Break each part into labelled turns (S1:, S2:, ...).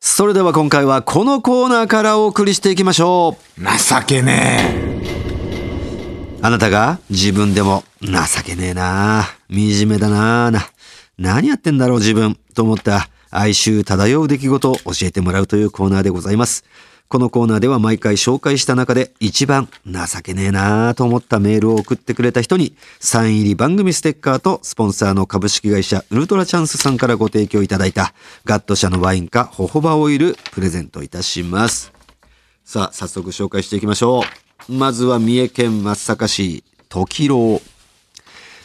S1: それでは今回はこのコーナーからお送りしていきましょう。
S2: 情けね
S1: あなたが自分でも情けねえなあ、惨めだなあな、何やってんだろう自分と思った哀愁漂う出来事を教えてもらうというコーナーでございます。このコーナーでは毎回紹介した中で一番情けねえなあと思ったメールを送ってくれた人にサイン入り番組ステッカーとスポンサーの株式会社ウルトラチャンスさんからご提供いただいたガット社のワインかホホバオイルプレゼントいたします。さあ、早速紹介していきましょう。まずは三重県松阪市、時郎。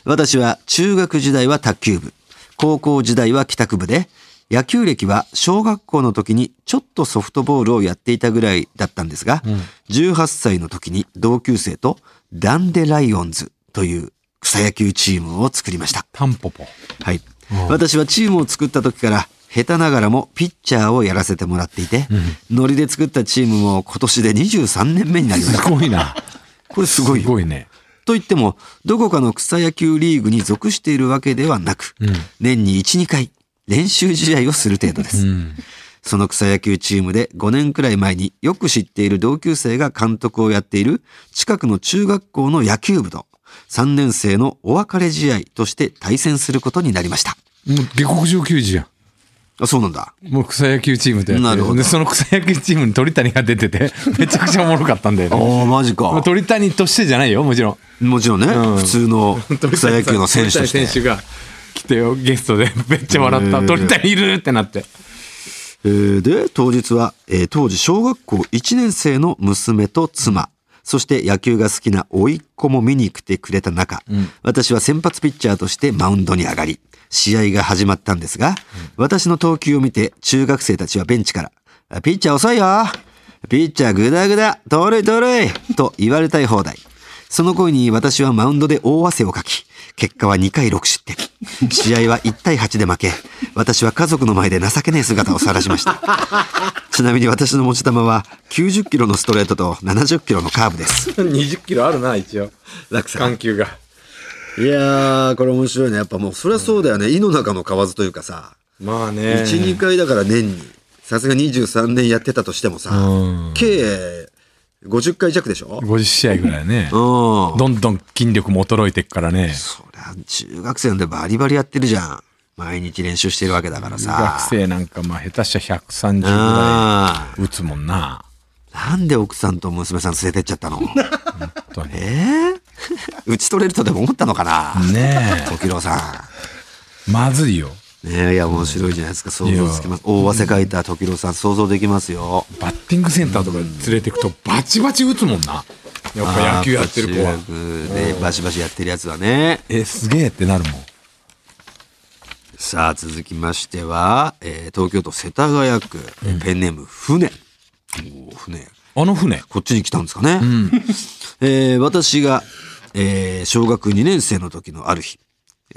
S1: 私は中学時代は卓球部、高校時代は帰宅部で、野球歴は小学校の時にちょっとソフトボールをやっていたぐらいだったんですが、18歳の時に同級生とダンデライオンズという草野球チームを作りました。
S2: タンポポ。
S1: はい。私はチームを作った時から、下手ながらもピッチャーをやらせてもらっていて、ノリで作ったチームも今年で23年目になりました。
S2: すごいな。
S1: これすごい
S2: す
S1: よ。
S2: ごいね。
S1: と言っても、どこかの草野球リーグに属しているわけではなく、年に1、2回練習試合をする程度です。
S2: うん。
S1: その草野球チームで5年くらい前によく知っている同級生が監督をやっている近くの中学校の野球部と3年生のお別れ試合として対戦することになりました。
S2: もう下克上球児や
S1: あ、そうなんだ。
S2: ん。もう草野球チームとやって
S1: なるほど
S2: で、その草野球チームに鳥谷が出てて、めちゃくちゃおもろかったんだよね。
S1: ああ、マジ
S2: まあ
S1: か。
S2: 鳥谷としてじゃないよ、もちろん。
S1: もちろんね、
S2: うん
S1: 普通 の草野球の選手とし
S2: 鳥谷
S1: て。
S2: 選手が来てよ、ゲストで。めっちゃ笑っ
S1: へ
S2: た。
S1: ー
S2: 鳥谷いるってなって。
S1: えーで、当日は、えー当時小学校1年生の娘と妻、そして野球が好きな甥っ子も見に来てくれた中、私は先発ピッチャーとしてマウンドに上がり、試合が始まったんですが、私の投球を見て中学生たちはベンチから、あピッチャー遅いよピッチャーグダグダ盗塁盗塁と言われたい放題。その声に私はマウンドで大汗をかき、結果は2回6失点。試合は1対8で負け、私は家族の前で情けねえ姿を晒しました。ちなみに私の持ち球は90キロのストレートと70キロのカーブです。
S2: 20キロあるな、一応。
S1: 落差
S2: 緩急が。
S1: いやー、これ面白いね。やっぱもう、そりゃそうだよね。胃の中の蛙というかさ、
S2: まあね。
S1: 1、2回だから年に、さすが23年やってたとしてもさ、計50回弱でしょ
S2: 50試合ぐらいね。
S1: うん。
S2: どんどん筋力も衰えていくからね。
S1: そりゃ、中学生なんでバリバリやってるじゃん。毎日練習してるわけだから
S2: 中
S1: さ。
S2: 学生なんか、まあ、下手したら130ぐら
S1: あ
S2: い打つもんな。
S1: あ。なんで奥さんと娘さん連れてっちゃっ たの
S2: 本当に
S1: え ー、打ち取れるとでも思ったのかな
S2: ね
S1: 時郎さ
S2: え。まずいよ。
S1: ん。ねえ、いや、面白いじゃないですか。想像つきます。大汗かいた時郎さん、想像できますよ。
S2: バッティングセンターとか連れてくと、バチバチ打つもんな。やっぱ野球やってる子
S1: あー。
S2: は
S1: 中学でバシバシやってるやつはね。
S2: え、すげえってなるもん。
S1: さあ、続きましては、えー東京都世田谷区、えーペンネーム、船。おー船。
S2: あの船。
S1: こっちに来たんですかね。 えー私が、えー小学2年生の時のある日、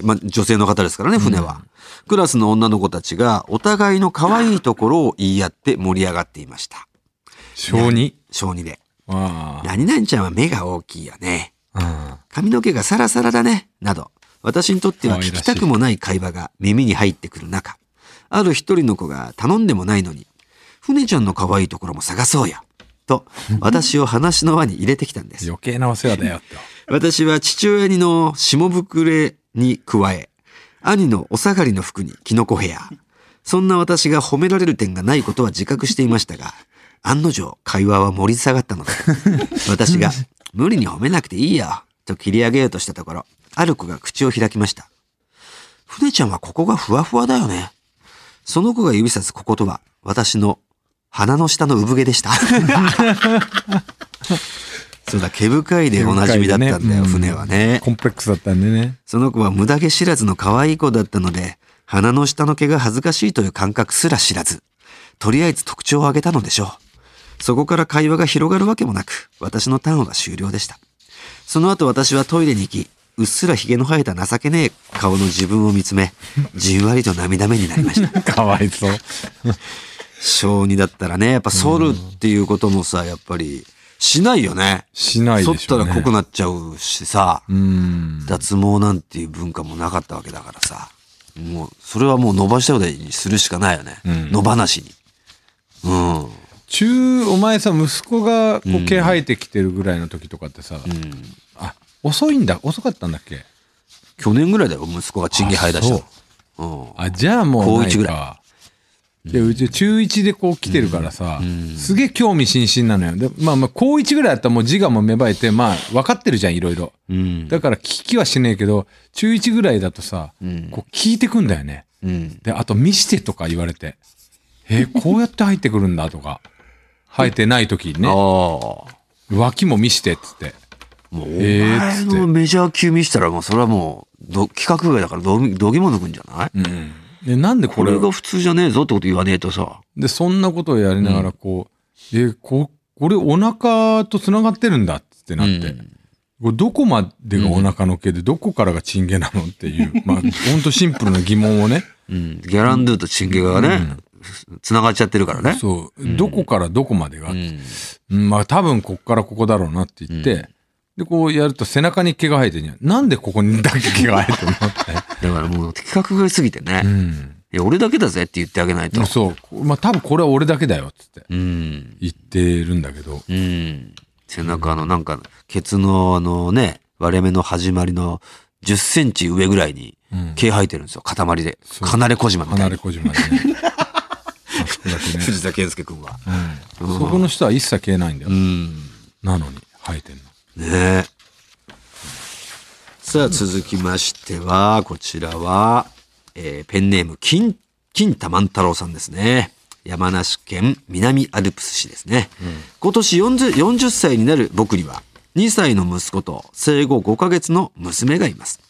S1: まあ、女性の方ですからね、船は。クラスの女の子たちがお互いの可愛いところを言い合って盛り上がっていました。
S2: 小二。
S1: 小2で。
S2: あ
S1: 何々ちゃんは目が大きいよね。
S2: あ。
S1: 髪の毛がサラサラだね。など、私にとっては聞きたくもない会話が耳に入ってくる中、ある一人の子が頼んでもないのに、船ちゃんの可愛いところも探そうよ。 と、私を話の輪に入れてきたんです。
S2: 余計なお世話だよって。
S1: 私は父親にの下膨れに加え、兄のお下がりの服にキノコヘア。そんな私が褒められる点がないことは自覚していましたが、案の定会話は盛り下がったので、私が無理に褒めなくていいよと切り上げようとしたところ、ある子が口を開きました。船ちゃんはここがふわふわだよね。その子が指さすこことは、私の鼻の下の産毛でした。そうだ、毛深いでおなじみだったんだよ、
S2: うん
S1: 船はね。
S2: コンプレックスだったんでね。
S1: その子は無駄毛知らずの可愛い子だったので、鼻の下の毛が恥ずかしいという感覚すら知らず、とりあえず特徴を挙げたのでしょう。そこから会話が広がるわけもなく、私のターンは終了でした。その後私はトイレに行き、うっすら髭の生えた情けねえ顔の自分を見つめ、じんわりと涙目になりました。
S2: かわいそう。
S1: 小児だったらね、やっぱ剃るっていうこともさ、やっぱりしないよね。
S2: しない
S1: 剃
S2: で
S1: っ
S2: しょ
S1: た
S2: う、ね。
S1: ら濃くなっちゃうしさ。
S2: うん。
S1: 脱毛なんていう文化もなかったわけだからさもうそれはもう伸ばしたようにするしかないよね、
S2: うん
S1: 野放しにうん。
S2: 中お前さ息子がこう毛生えてきてるぐらいの時とかってさ、あ遅いんだ遅かったんだっけ
S1: 去年ぐらいだよ、息子がチンゲ生え出したの。
S2: あじゃあもう
S1: 高
S2: ない
S1: 一
S2: か
S1: ぐら
S2: でうち中1でこう来てるからさ、すげえ興味津々なのよでまあまあ高1ぐらいだったらもう自我も芽生えてまあ分かってるじゃんいろいろ
S1: うん。うん。
S2: だから聞きはしねえけど中1ぐらいだとさ、こう聞いてくんだよね
S1: うん。
S2: であと見してとか言われてえこうやって入ってくるんだとか生えてない時に
S1: ああ。
S2: ね
S1: も
S2: 脇も見してっつって
S1: う、お
S2: えーっ
S1: 前
S2: つって
S1: のメジャー級見したら、もうそれはもう、ど規格外だからどぎ、どぎも抜くんじゃない
S2: でなんで
S1: こ
S2: これ
S1: れが普通じゃねえぞってこと言わねえとさ。
S2: でそんなことをやりながらこう、えここれお腹とつながってるんだっつってなって、
S1: うん
S2: これどこまでがお腹の毛でどこからがチンゲなのっていう、まあほんとシンプルな疑問をね
S1: うん。ギャランドゥとチンゲがね、繋がっちゃってるからね。
S2: そう、どこからどこまでが、
S1: う
S2: うん
S1: ん。
S2: まあ多分こっからここだろうなって言って、でこうやると背中に毛が生えてんじゃんなんでここにだけ毛が生えてるのって、
S1: だからもう、規格外すぎてね、
S2: う
S1: い
S2: ん
S1: や、俺だけだぜって言ってあげないと。
S2: そうまあ多分これは俺だけだよっつって
S1: うん。
S2: 言ってるんだけど
S1: うん。背中のなんか、ケツのあのね、割れ目の始まりの10センチ上ぐらいに
S2: ん、
S1: 毛生えてるんですよ、塊で。
S2: そう
S1: かなれ小島みた
S2: 離
S1: い
S2: れ
S1: な。
S2: 小島でねあそこだけ ね
S1: 藤田健介君は。
S2: そこの人は一切消えないんだよ。
S1: うん。
S2: なのに生えてんの。
S1: ねえ。さあ、続きましては、こちらは、えーペンネーム、金、金太万太郎さんですね。山梨県南アルプス市ですね。今年 40, 40歳になる僕には、2歳の息子と生後5ヶ月の娘がいます。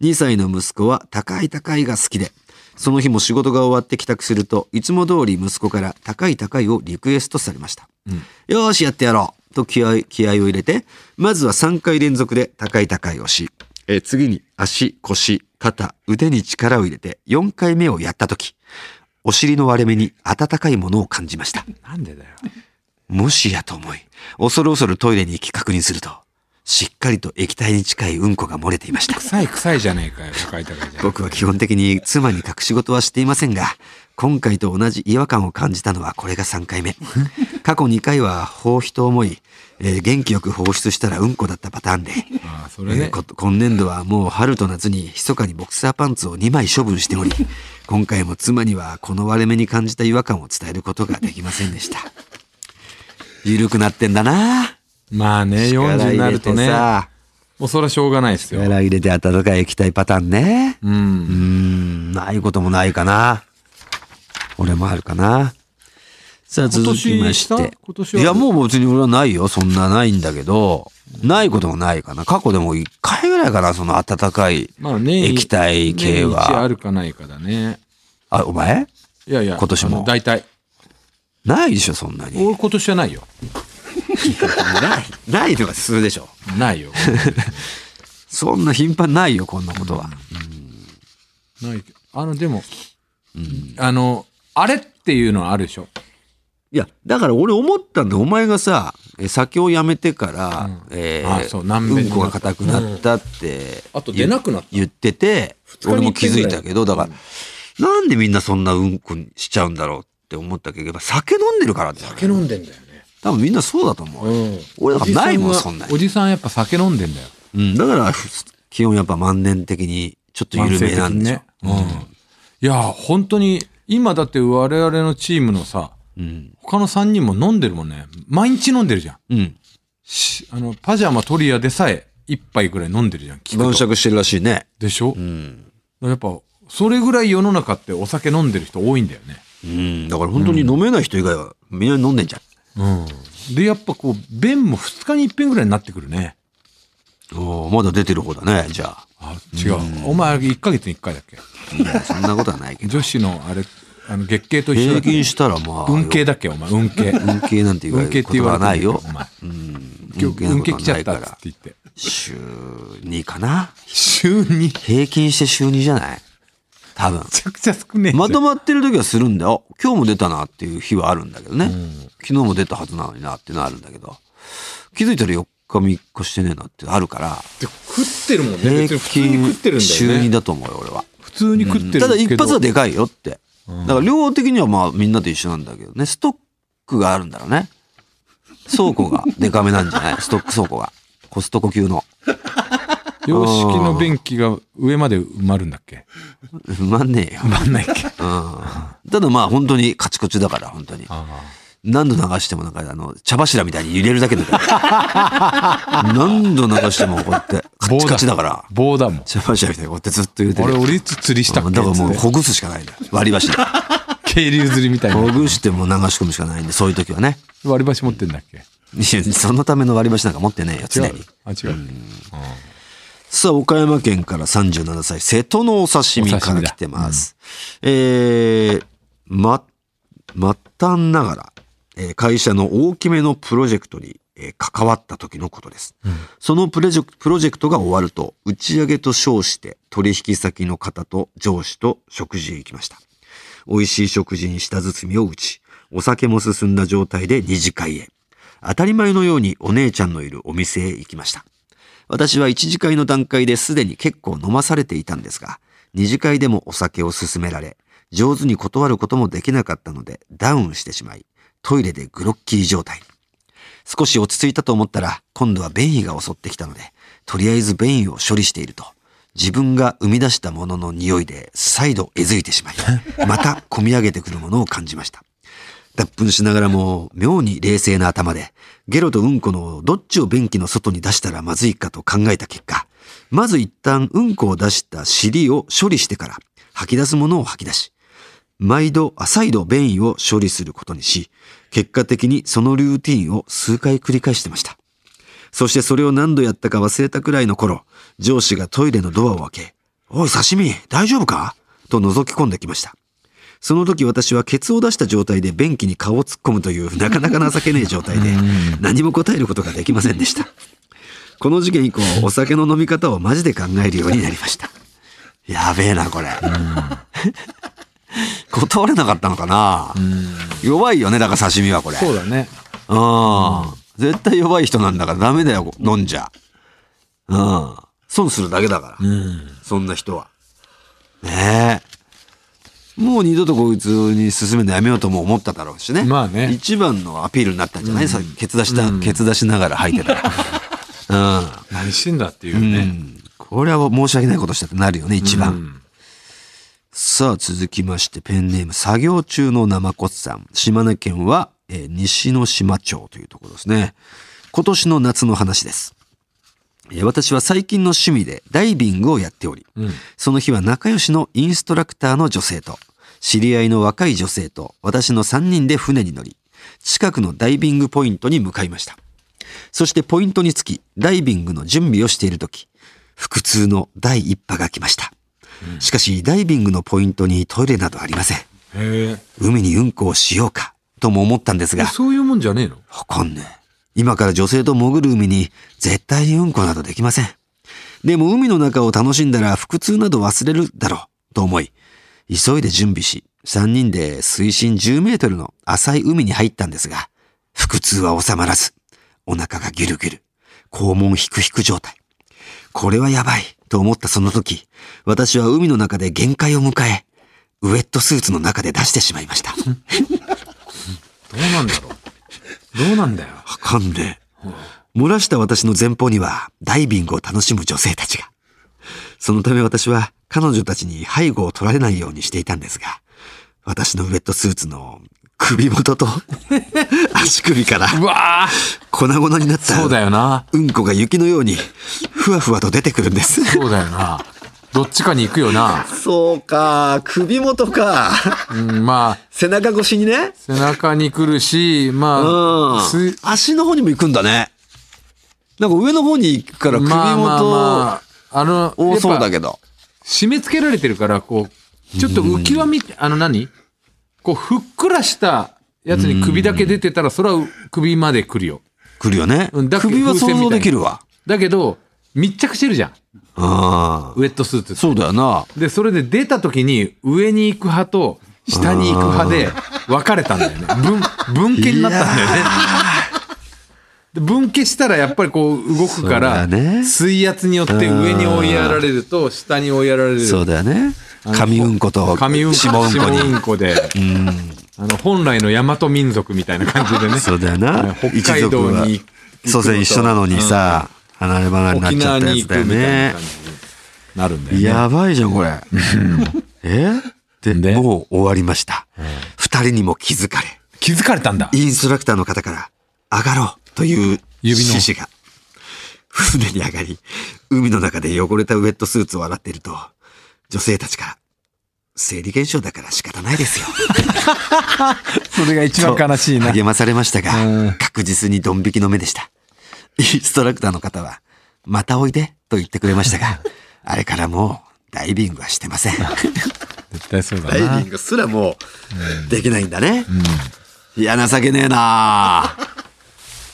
S1: 2歳の息子は高い高いが好きで、その日も仕事が終わって帰宅すると、いつも通り息子から高い高いをリクエストされました。よーし、やってやろうと気合い気合を入れて、まずは3回連続で高い高いをし、えー次に足、腰、肩、腕に力を入れて4回目をやったとき、お尻の割れ目に温かいものを感じました。
S2: なんでだよ。
S1: もしやと思い、恐る恐るトイレに行き確認すると、しっかりと液体に近いうんこが漏れていました。
S2: 臭い臭いじゃねえ かよ。高い高いじゃん。
S1: 僕は基本的に妻に隠し事はしていませんが、今回と同じ違和感を感じたのはこれが3回目。 過去2回は放屁と思い、えー元気よく放出したらうんこだったパターンで、
S2: ああ、それね。
S1: えーこ今年度はもう春と夏に密かにボクサーパンツを2枚処分しており、今回も妻にはこの割れ目に感じた違和感を伝えることができませんで した。緩くなってんだな
S2: まあね、
S1: 力
S2: 40にな
S1: 入れ
S2: る
S1: て
S2: とね。
S1: さ、
S2: もうそれはしょうがないですよ。
S1: 力入れて温かい液体パターンね。
S2: う。
S1: うんーん、ないこともないかな。俺もあるかな。さあ、続きまし
S2: 今年
S1: て
S2: した今。年
S1: い
S2: は
S1: や、もう別に俺はないよ。そんなないんだけど、ないこともないかな。過去でも1回ぐらいかな、その温かい
S2: まあね。
S1: 液体系
S2: 年一あ
S1: は。
S2: るかないかだね。
S1: あ、お前
S2: いやいや。
S1: 今年も
S2: あの大体。
S1: ないでしょ、そんなに。
S2: 俺今年はないよ。
S1: ない。 ないのが普通でしょ。
S2: ない よ。
S1: そんな頻繁ないよ、こんなことは。
S2: ないけどあの、でも、あの、あれっていうのはあるでしょ。
S1: いや、だから俺思ったんだよお前がさ、え酒をやめてから、えー
S2: あそう軟便
S1: うんこが硬くなったって、
S2: あと出なくなった
S1: 言ってて、
S2: 日に
S1: 俺も気づいたけど、だから、なんでみんなそんなうんこにしちゃうんだろうって思ったけど、やっぱ酒飲んでるからだよ。
S2: 酒飲んでんだよね。
S1: 多分みんなそうだと思う。
S2: うん。
S1: 俺なんかないもん
S2: おじ
S1: そ
S2: さ
S1: んな
S2: は
S1: に
S2: おじさんやっぱ酒飲んでんだよ。
S1: うん、だから、気温やっぱ万年的にちょっと緩めなんでしょ。
S2: 慢性的にねうん、いや本当に今だって我々のチームのさ
S1: うん。
S2: 他の3人も飲んでるもんね毎日飲んでるじゃん
S1: うん。
S2: しあのパジャマトリアでさえ1杯ぐらい飲んでるじゃん聞
S1: 晩
S2: くと
S1: 酌してるらしいね。
S2: でしょ、
S1: うん。
S2: やっぱそれぐらい世の中ってお酒飲んでる人多いんだよね
S1: うん。だから本当に飲めない人以外はみんな飲んでんじゃん。
S2: うんでやっぱこう便も2日に一遍ぐらいになってくるね
S1: おーまだ出てる方だね、じゃあ。
S2: あ違う、お前1ヶ月に1回だっけ
S1: いや、そんなことはないけど。
S2: 女子のあれあの月経と 一緒だ
S1: 平
S2: っけ
S1: 均したらまあ。
S2: 運慶だっけお前運慶
S1: 運慶なんて言われ
S2: 運慶
S1: るこ
S2: って言
S1: とは
S2: われて
S1: ないよ。
S2: お前
S1: うん。
S2: 今日運慶来ちゃったっつって
S1: ら。
S2: 言って。
S1: 週2かな
S2: 週にめ
S1: 平均して週2じゃない多 分。
S2: ちゃくちゃ少ねえ。
S1: まとまってる時はするんだよ。今日も出たなっていう日はあるんだけどね。昨日も出たはずなのになっていうのはあるんだけど。気づいたら4日3日してねえなってあるから、
S2: て食ってるもんね。別
S1: 平
S2: に普通に食って
S1: 均
S2: るんだ
S1: 週
S2: よ
S1: 2
S2: ね。
S1: だと思うよ、俺は。
S2: 普通に食ってるけ
S1: た
S2: ど。
S1: だ一発はでかいよって。だから量的にはまあみんなと一緒なんだけどね、ストックがあるんだろうね。倉庫 がデカめなんじゃないストック倉庫が。コストコ級の。
S2: 洋式の便器が上まで埋まるんだっけ
S1: 不満ねえよ。
S2: 埋まんないっけ
S1: うんただまあ本当にカチコチだから、本当に。何度流してもなんかあの茶柱みたいに揺れるだけだから 何度流してもこうやってカチカチだから
S2: 棒だもん
S1: 茶柱みたいにこうやってずっと揺れて
S2: あれ
S1: る
S2: 俺いつ釣りしたっけ
S1: だからもう
S2: つって
S1: ほぐすしかないんだよ割り箸 で
S2: 渓流釣りみたい
S1: ほ
S2: な
S1: ぐしても流し込むしかないんでそういう時はね
S2: 割り箸持ってんだっけ
S1: いやそのための割り箸なんか持ってねえよ常
S2: 違う
S1: に
S2: あ違う
S1: さあ岡山県から37歳瀬戸のお刺身
S2: お
S1: か
S2: 刺
S1: ら
S2: 身だ
S1: 来てます、えー、ま末端ながら、えー会社の大きめのプロジェクトに、えー関わった時のことです、そのプロジェクプロジェクトが終わると打ち上げと称して取引先の方と上司と食事へ行きました美味しい食事に舌包みを打ちお酒も進んだ状態で二次会へ当たり前のようにお姉ちゃんのいるお店へ行きました私は一次会の段階ですでに結構飲まされていたんですが、二次会でもお酒を勧められ、上手に断ることもできなかったのでダウンしてしまい、トイレでグロッキー状態に。少し落ち着いたと思ったら、今度は便意が襲ってきたので、とりあえず便意を処理していると、自分が生み出したものの匂いで再度えずいてしまい、また込み上げてくるものを感じました。脱粉しながらも妙に冷静な頭で、ゲロとうんこのどっちを便器の外に出したらまずいかと考えた結果、まず一旦うんこを出した尻を処理してから吐き出すものを吐き出し、毎度、あ再度便意を処理することにし、結果的にそのルーティンを数回繰り返してました。そしてそれを何度やったか忘れたくらいの頃、上司がトイレのドアを開け、おい刺身、大丈夫かと覗き込んできました。その時私はケツを出した状態で便器に顔を突っ込むというなかなか情けねえ状態で何も答えることができませんでした。この事件以降、お酒の飲み方をマジで考えるようになりました。やべえな、これ。 断れなかったのかな弱いよね、だから刺身はこれ。
S2: そうだね
S1: うん。絶対弱い人なんだからダメだよ、飲んじゃ。うん。損するだけだから。そんな人は。ねえ。もう二度とこいつに進めるのやめようとも思っただろうしね。
S2: まあね
S1: 一番のアピールになったんじゃない、さケツ出した、ケツ出しながら吐いてたから。 うん。
S2: 何してんだっていうね
S1: これは申し訳ないことしたってなるよね、一番。さあ、続きまして、ペンネーム、作業中の生骨さん。島根県は、えー西之島町というところですね。今年の夏の話です。えー私は最近の趣味でダイビングをやっており、その日は仲良しのインストラクターの女性と、知り合いの若い女性と、私の3人で船に乗り、近くのダイビングポイントに向かいました。そしてポイントにつき、ダイビングの準備をしているとき、腹痛の第一波が来ました。しかし、ダイビングのポイントにトイレなどありません。
S2: へ
S1: 海にうんこをしようか、とも思ったんです
S2: え
S1: が、
S2: そういうもんじゃねえの
S1: わかんねえ。今から女性と潜る海に絶対にうんこなどできません。でも海の中を楽しんだら腹痛など忘れるだろうと思い、急いで準備し、3人で水深10メートルの浅い海に入ったんですが、腹痛は収まらず、お腹がギュルギュル、肛門ヒクヒク状態。これはやばいと思ったその時、私は海の中で限界を迎え、ウエットスーツの中で出してしまいました。
S2: どうなんだろうどうなんだよ
S1: わかんねえ。漏らした私の前方にはダイビングを楽しむ女性たちが。そのため私は彼女たちに背後を取られないようにしていたんですが、私のウェットスーツの首元 と足首から
S2: うわ
S1: 粉々になった
S2: そうだよな
S1: うんこが雪のようにふわふわと出てくるんです。
S2: そうだよなどっちかに行くよな
S1: そうか、首元か。
S2: うんまあ
S1: 背中越しにね。
S2: 背中に来るしまあす
S1: 足の方にも行くんだね。なんか上の方に行くから
S2: まあまあまああの
S1: 多そうだ
S2: やっぱ
S1: けど。
S2: 締め付けられてるからこうちょっと浮き輪みあの何こうふっくらしたやつに首だけ出てたらそれは首まで来るよ
S1: 来るよね。
S2: うんだけど
S1: 首は想像できるわ。
S2: だけど密着してるじゃん
S1: ああ。
S2: ウエットスーツって
S1: そうだよな。
S2: で、それで出た時に、上に行く派と、下に行く派で、分かれたんだよね。分、分家になったんだよね。で分家したら、やっぱりこう、動く
S1: そ
S2: から、
S1: うだね
S2: 水圧によって上に追いやられると、下に追いやられる。
S1: そうだよね。紙うんこと、
S2: 紙うんこ、
S1: 下うんこ
S2: 下
S1: に。
S2: うんこで、あの、本来の大和民族みたいな感じでね。
S1: そうだよな。
S2: 北海道に行く
S1: 一族はそうですね、一緒なのにさ、離れ離れになっ
S2: 沖
S1: ちゃ
S2: 縄
S1: ったや
S2: に
S1: つ
S2: 行
S1: だ
S2: く
S1: よ
S2: みたいな
S1: ね
S2: 感。じになるんだよね。
S1: やばいじゃ ん、これ。えで
S2: で
S1: もう終わりました。二、人にも気づかれ、
S2: 気づかれたんだ。
S1: インストラクターの方から、上がろうという指
S2: 指の
S1: 示が。船に上がり、海の中で汚れたウェットスーツを洗っていると、女性たちから、生理現象だから仕方ないですよ。
S2: それが一番悲しいな。
S1: 励まされましたが、
S2: うん
S1: 確実にドン引きの目でした。インストラクターの方は、またおいでと言ってくれました が、あれからもうダイビングはしてません。
S2: 絶対そうだ
S1: ダイ
S2: な
S1: ビン。グすらもうできないんだね。いや、情けねえな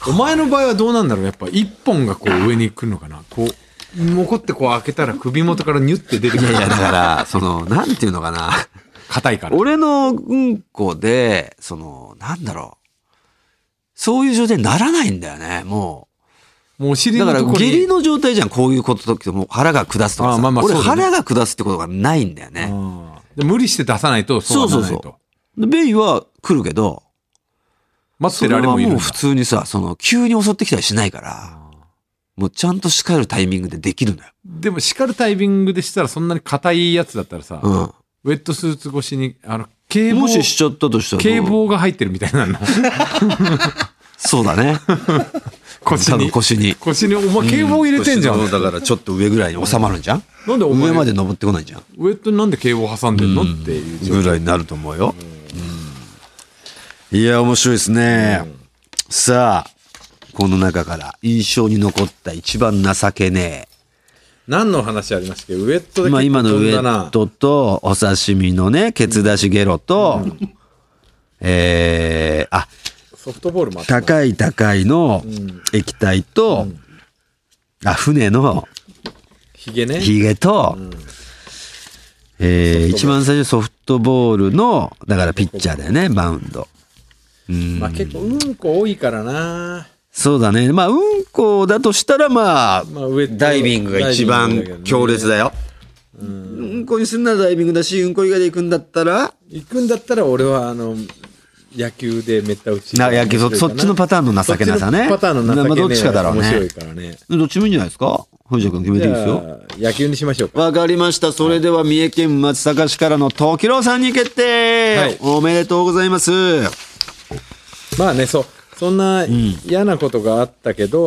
S2: お前の場合はどうなんだろうやっぱ一本がこう上に来るのかなこう、もこってこう開けたら首元からニュって出てくる
S1: い。や、だから、その、なんていうのかな。
S2: 硬いから。
S1: 俺のうんこで、その、なんだろう。そういう状態にならないんだよね、もう。
S2: もうお尻
S1: だ
S2: の
S1: か
S2: と
S1: ら、
S2: ころに。
S1: 下痢の状態じゃん、こういうことときも、腹が下すとか
S2: あ
S1: さ。
S2: まあまあ
S1: 俺、
S2: そうだね
S1: 腹が下すってことがないんだよね。
S2: うんで無理して出さないとそうはならないと。
S1: そうそうでベイは来るけど、
S2: 待っ
S1: そ
S2: て
S1: れ
S2: ら
S1: は
S2: れもいるん
S1: もう
S2: だ
S1: 普通にさ、その、急に襲ってきたりしないから、もうちゃんと叱るタイミングでできるのよ。
S2: でも叱るタイミングでしたらそんなに硬いやつだったらさ、
S1: う
S2: ウェットスーツ越しに、あの、警
S1: ん。
S2: 棒
S1: も、ししちゃったとしたらどう、
S2: 警棒が入ってるみたいな の。
S1: そうだね。
S2: 腰
S1: 多分
S2: に。
S1: 腰に。
S2: 腰に、お前警棒入れてんじゃん。
S1: 腰のだから、ちょっと上ぐらいに収まるんじゃん
S2: なんでお前
S1: 上まで登ってこないじゃん。
S2: ウェットになんで警棒挟んでんのっていう状
S1: ぐらいになると思うよ。いや、面白いですね。さあ、この中から印象に残った一番情けね
S2: 何の話ありましたっけウェ
S1: え。
S2: ットで結構
S1: まあ今のウ
S2: 飛ん
S1: エ
S2: だな
S1: ットと、お刺身のね、ケツ出しゲロと、えー、あ、
S2: ソフトボールもあったな
S1: 高い高いの液体と、あ、船の
S2: ヒゲね
S1: ヒゲと、えー、一番最初ソフトボールの、だからピッチャーだよね、バウンド。
S2: まあ結構うんこ多いからな
S1: そうだね。まあ、うんこだとしたら、まあ、
S2: まあウェット
S1: ダイビングが一
S2: ダイビングだけど
S1: 番
S2: ね
S1: 強烈だよ。うん、こにするならダイビングだし、うんこ以外で行くんだったら、
S2: 行くんだったら俺はあの野球でめった打ち
S1: な野球そそっちのパターンの情けなさね
S2: そっちのパターンの情けね
S1: まあどっちかだろうね
S2: 面白いからね
S1: どっちもいいんじゃないですか藤田君決めていいですよ。
S2: じゃあ野球にしましょうか
S1: わかりました。それでは、三重県松阪市からの時郎さんに決定、
S2: はい
S1: おめでとうございます。
S2: まあねそうそんな嫌なことがあったけど、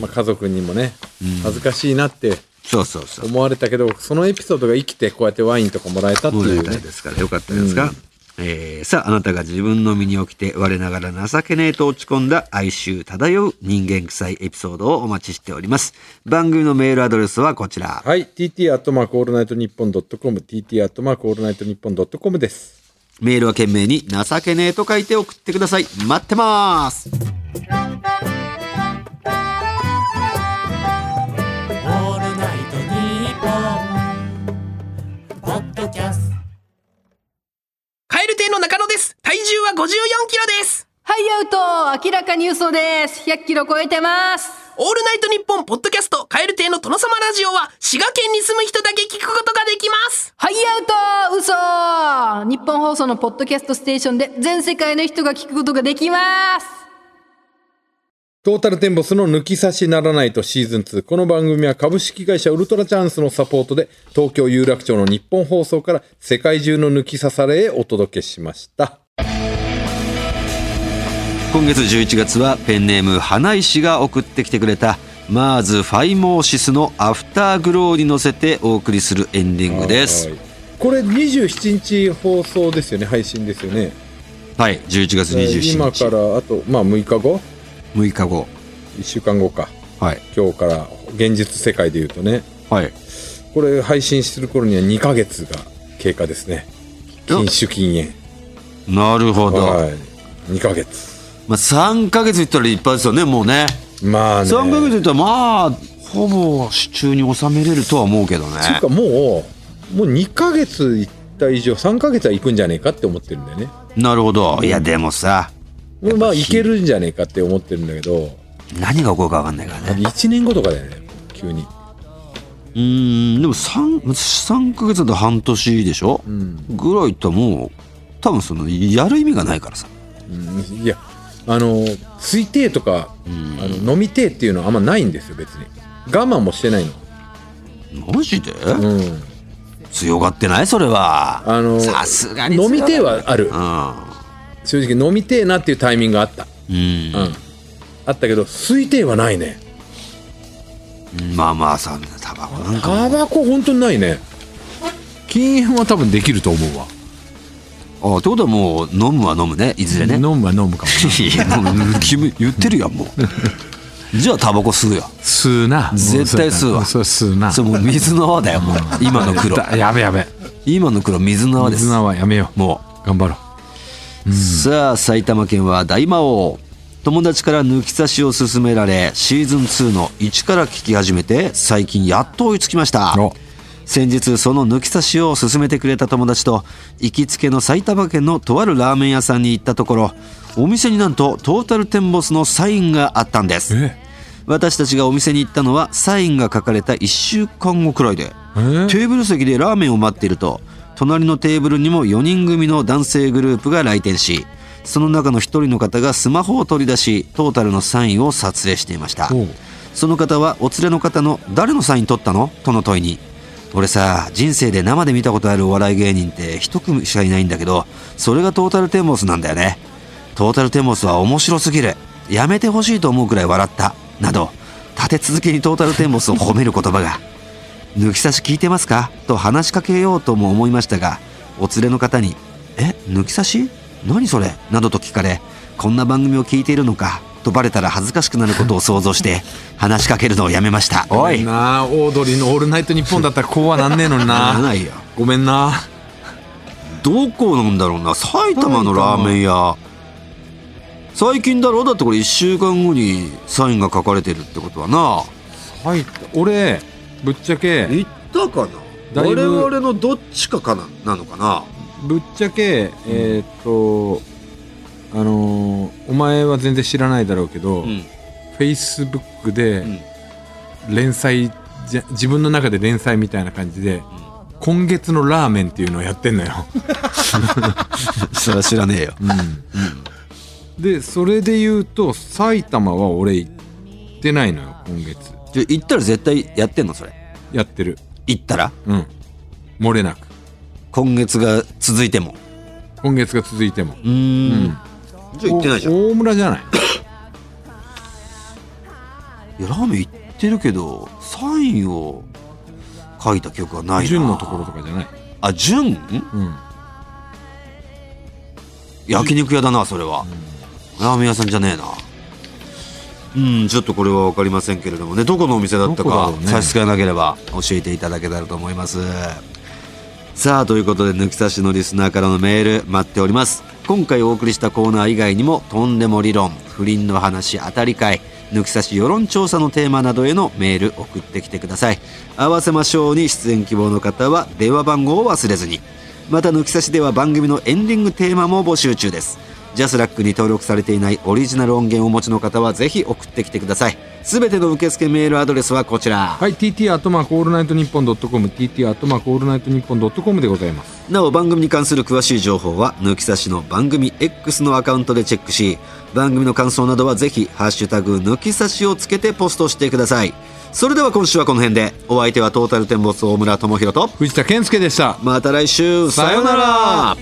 S2: まあ、家族にもね恥ずかしいなって
S1: そうそうそう。
S2: 思われたけどそのエピソードが生きてこうやってワインとかもらえたって
S1: も
S2: い
S1: らえ
S2: う
S1: た
S2: ね
S1: んですから、よかったですが。えーさあ、あなたが自分の身に起きて、我ながら情けねえと落ち込んだ哀愁漂う人間臭いエピソードをお待ちしております。番組のメールアドレスはこちら。
S2: はい TT アットマークオールナイトニッポンドットコム TT アットマークオールナイトニッポンドットコムです
S1: メールは懸命に情けねえと書いて送ってください。待ってます。
S3: 「オールナイトニッポン」「ポッドキャスト」
S4: カエル亭の中野です。体重は54キロです。
S5: はい、アウト明らかに嘘です。100キロ超えてます。
S4: オールナイトニッポンポッドキャスト、カエル亭の殿様ラジオは、滋賀県に住む人だけ聞くことができます。
S5: はい、アウト嘘日本放送のポッドキャストステーションで全世界の人が聞くことができます。
S2: トータルテンボスの抜き差しならないとシーズン2。この番組は株式会社ウルトラチャンスのサポートで東京有楽町の日本放送から世界中の抜き差されへお届けしました。
S1: 今月11月はペンネーム花石が送ってきてくれたマーズファイモーシスのアフターグローに乗せてお送りするエンディングです
S2: は。い。これ27日放送ですよね、配信ですよね。
S1: はい、11月
S2: えー今
S1: 27日
S2: か、らあと、まあ6日後
S1: 6日後。
S2: ?1 週間後か。
S1: はい。
S2: 今日から現実世界で言うとね、
S1: はい。
S2: これ配信する頃には2ヶ月が経過ですね。禁酒禁
S1: なるほ
S2: 煙。
S1: ど。
S2: はい。2ヶ月。
S1: まあ、3ヶ月いったら立派ですよね、もうね。
S2: まあね。
S1: 3ヶ月いったら、まあ、ほぼ支柱に収めれるとは思うけどね。
S2: つうかもうもう2ヶ月行った以上3ヶ月は行くんじゃねえかって思ってるんだよね
S1: なるほど。いや、でもさ、
S2: もうまあ行けるんじゃねえかって思ってるんだけど
S1: 何が起こるか分かんないからね。
S2: 1年後とかだよね急に
S1: うーんでも 3, 3ヶ月だと半年でしょ、ぐらいともう多分そのやる意味がないからさ
S2: うんいやあの推定とか、あの飲みてえっていうのはあんまないんですよ別に我慢もしてないの
S1: マジで、
S2: うん
S1: 強がってないそれは
S2: あの
S1: さすがに強
S2: 飲
S1: が
S2: みてえはある
S1: う
S2: 正直飲みてえなっていうタイミングがあった
S1: ん、うん
S2: うんあったけど推定はないね
S1: まあまあさタバコなんか
S2: タバコ本当にないね禁煙は多分できると思うわ、
S1: あってことはもう飲むは飲むねいずれね
S2: 飲むは飲むかも
S1: いやもう君言ってるやんもうじゃあタバコ吸うよ
S6: 吸うな
S1: 絶対吸うわ
S6: それ吸うな
S1: そうもう水の泡だよもう今の黒
S6: だやべやべ
S1: 今の黒水の泡です
S6: 水菜はやめよう
S1: も
S6: 頑張ろう
S1: うさあ埼玉県は大魔王友達から抜き差しを勧められシーズン2の1から聞き始めて最近やっと追いつきました
S6: お
S1: 先日その抜き差しを勧めてくれた友達と行きつけの埼玉県のとあるラーメン屋さんに行ったところお店になんとトータルテンボスのサインがあったんです
S6: え
S1: 私たちがお店に行ったのはサインが書かれた1週間後くらいで
S6: えー
S1: テーブル席でラーメンを待っていると隣のテーブルにも4人組の男性グループが来店しその中の1人の方がスマホを取り出しトータルのサインを撮影していました
S6: おう
S1: その方はお連れの方の「誰のサイン取ったの?」との問いに「俺さ人生で生で見たことあるお笑い芸人って一組しかいないんだけどそれがトータルテンボスなんだよねトータルテンボスは面白すぎるやめてほしいと思うくらい笑った」など立て続けにトータルテンボスを褒める言葉が「抜き差し聞いてますか?」と話しかけようとも思いましたがお連れの方に「え抜き差し何それ?」などと聞かれ「こんな番組を聞いているのか」とバレたら恥ずかしくなることを想像 して話しかけるのをやめましたおい
S6: なあオードリーの「オールナイトニッポン」だったらこうはなんねえのに
S1: なら
S6: な
S1: ないよ
S6: ごめんな
S1: どこなんだろうな埼玉のラーメン屋最近だろうだってこれ1週間後にサインが書かれてるってことはな
S6: はい俺ぶっちゃけ
S1: 行ったか
S6: だ
S1: な
S6: い
S1: 我
S6: ぶ
S1: 々のどっちかかななのかな
S6: ぶっちゃけえーっとあのーお前は全然知らないだろうけど、
S1: ん
S6: フェイスブックで
S1: ん
S6: 連載じゃ自分の中で連載みたいな感じで、今月のラーメンっていうのをやってんのよ、
S1: それは知らねえよ
S6: でそれで言うと埼玉は俺行ってないのよ今月
S1: じゃあ行ったら絶対やってんのそれ
S6: やってる
S1: 行ったら
S6: うん漏れなく
S1: 今月が続いても
S6: 今月が続いても
S1: うーんじゃあ行ってないじゃんい
S6: お大村じゃない
S1: やラーメン行ってるけどサインを書いた記憶はないな
S6: 純のところとかじゃない
S1: あ純
S6: うん
S1: 焼肉屋だなそれは、ラーメン屋さんじゃねえなうんちょっとこれは分かりませんけれどもねどこのお店だっ
S6: ど
S1: た
S6: こだ
S1: か、
S6: ろうね
S1: 差し支えなければ教えていただけたらと思いますさあということで抜き差しのリスナーからのメール待っております今回お送りしたコーナー以外にもとんでも理論不倫の話当たり会抜き差し世論調査のテーマなどへのメール送ってきてください合わせましょうに出演希望の方は電話番号を忘れずにまた抜き差しでは番組のエンディングテーマも募集中ですジャスラックに登録されていないオリジナル音源をお持ちの方はぜひ送ってきてくださいすべての受付メールアドレスはこちら
S6: はい TT アトマークオールナイトニッポンドットコム TT アトマークオールナイトニッポンドットコムでございます
S1: なお番組に関する詳しい情報は抜き差しの番組 X のアカウントでチェックし番組の感想などはぜひ「ハッシュタグ抜き差し」をつけてポストしてくださいそれでは今週はこの辺でお相手はトータルテンボス大村智広と
S6: 藤田健介でした
S1: また来週さようなら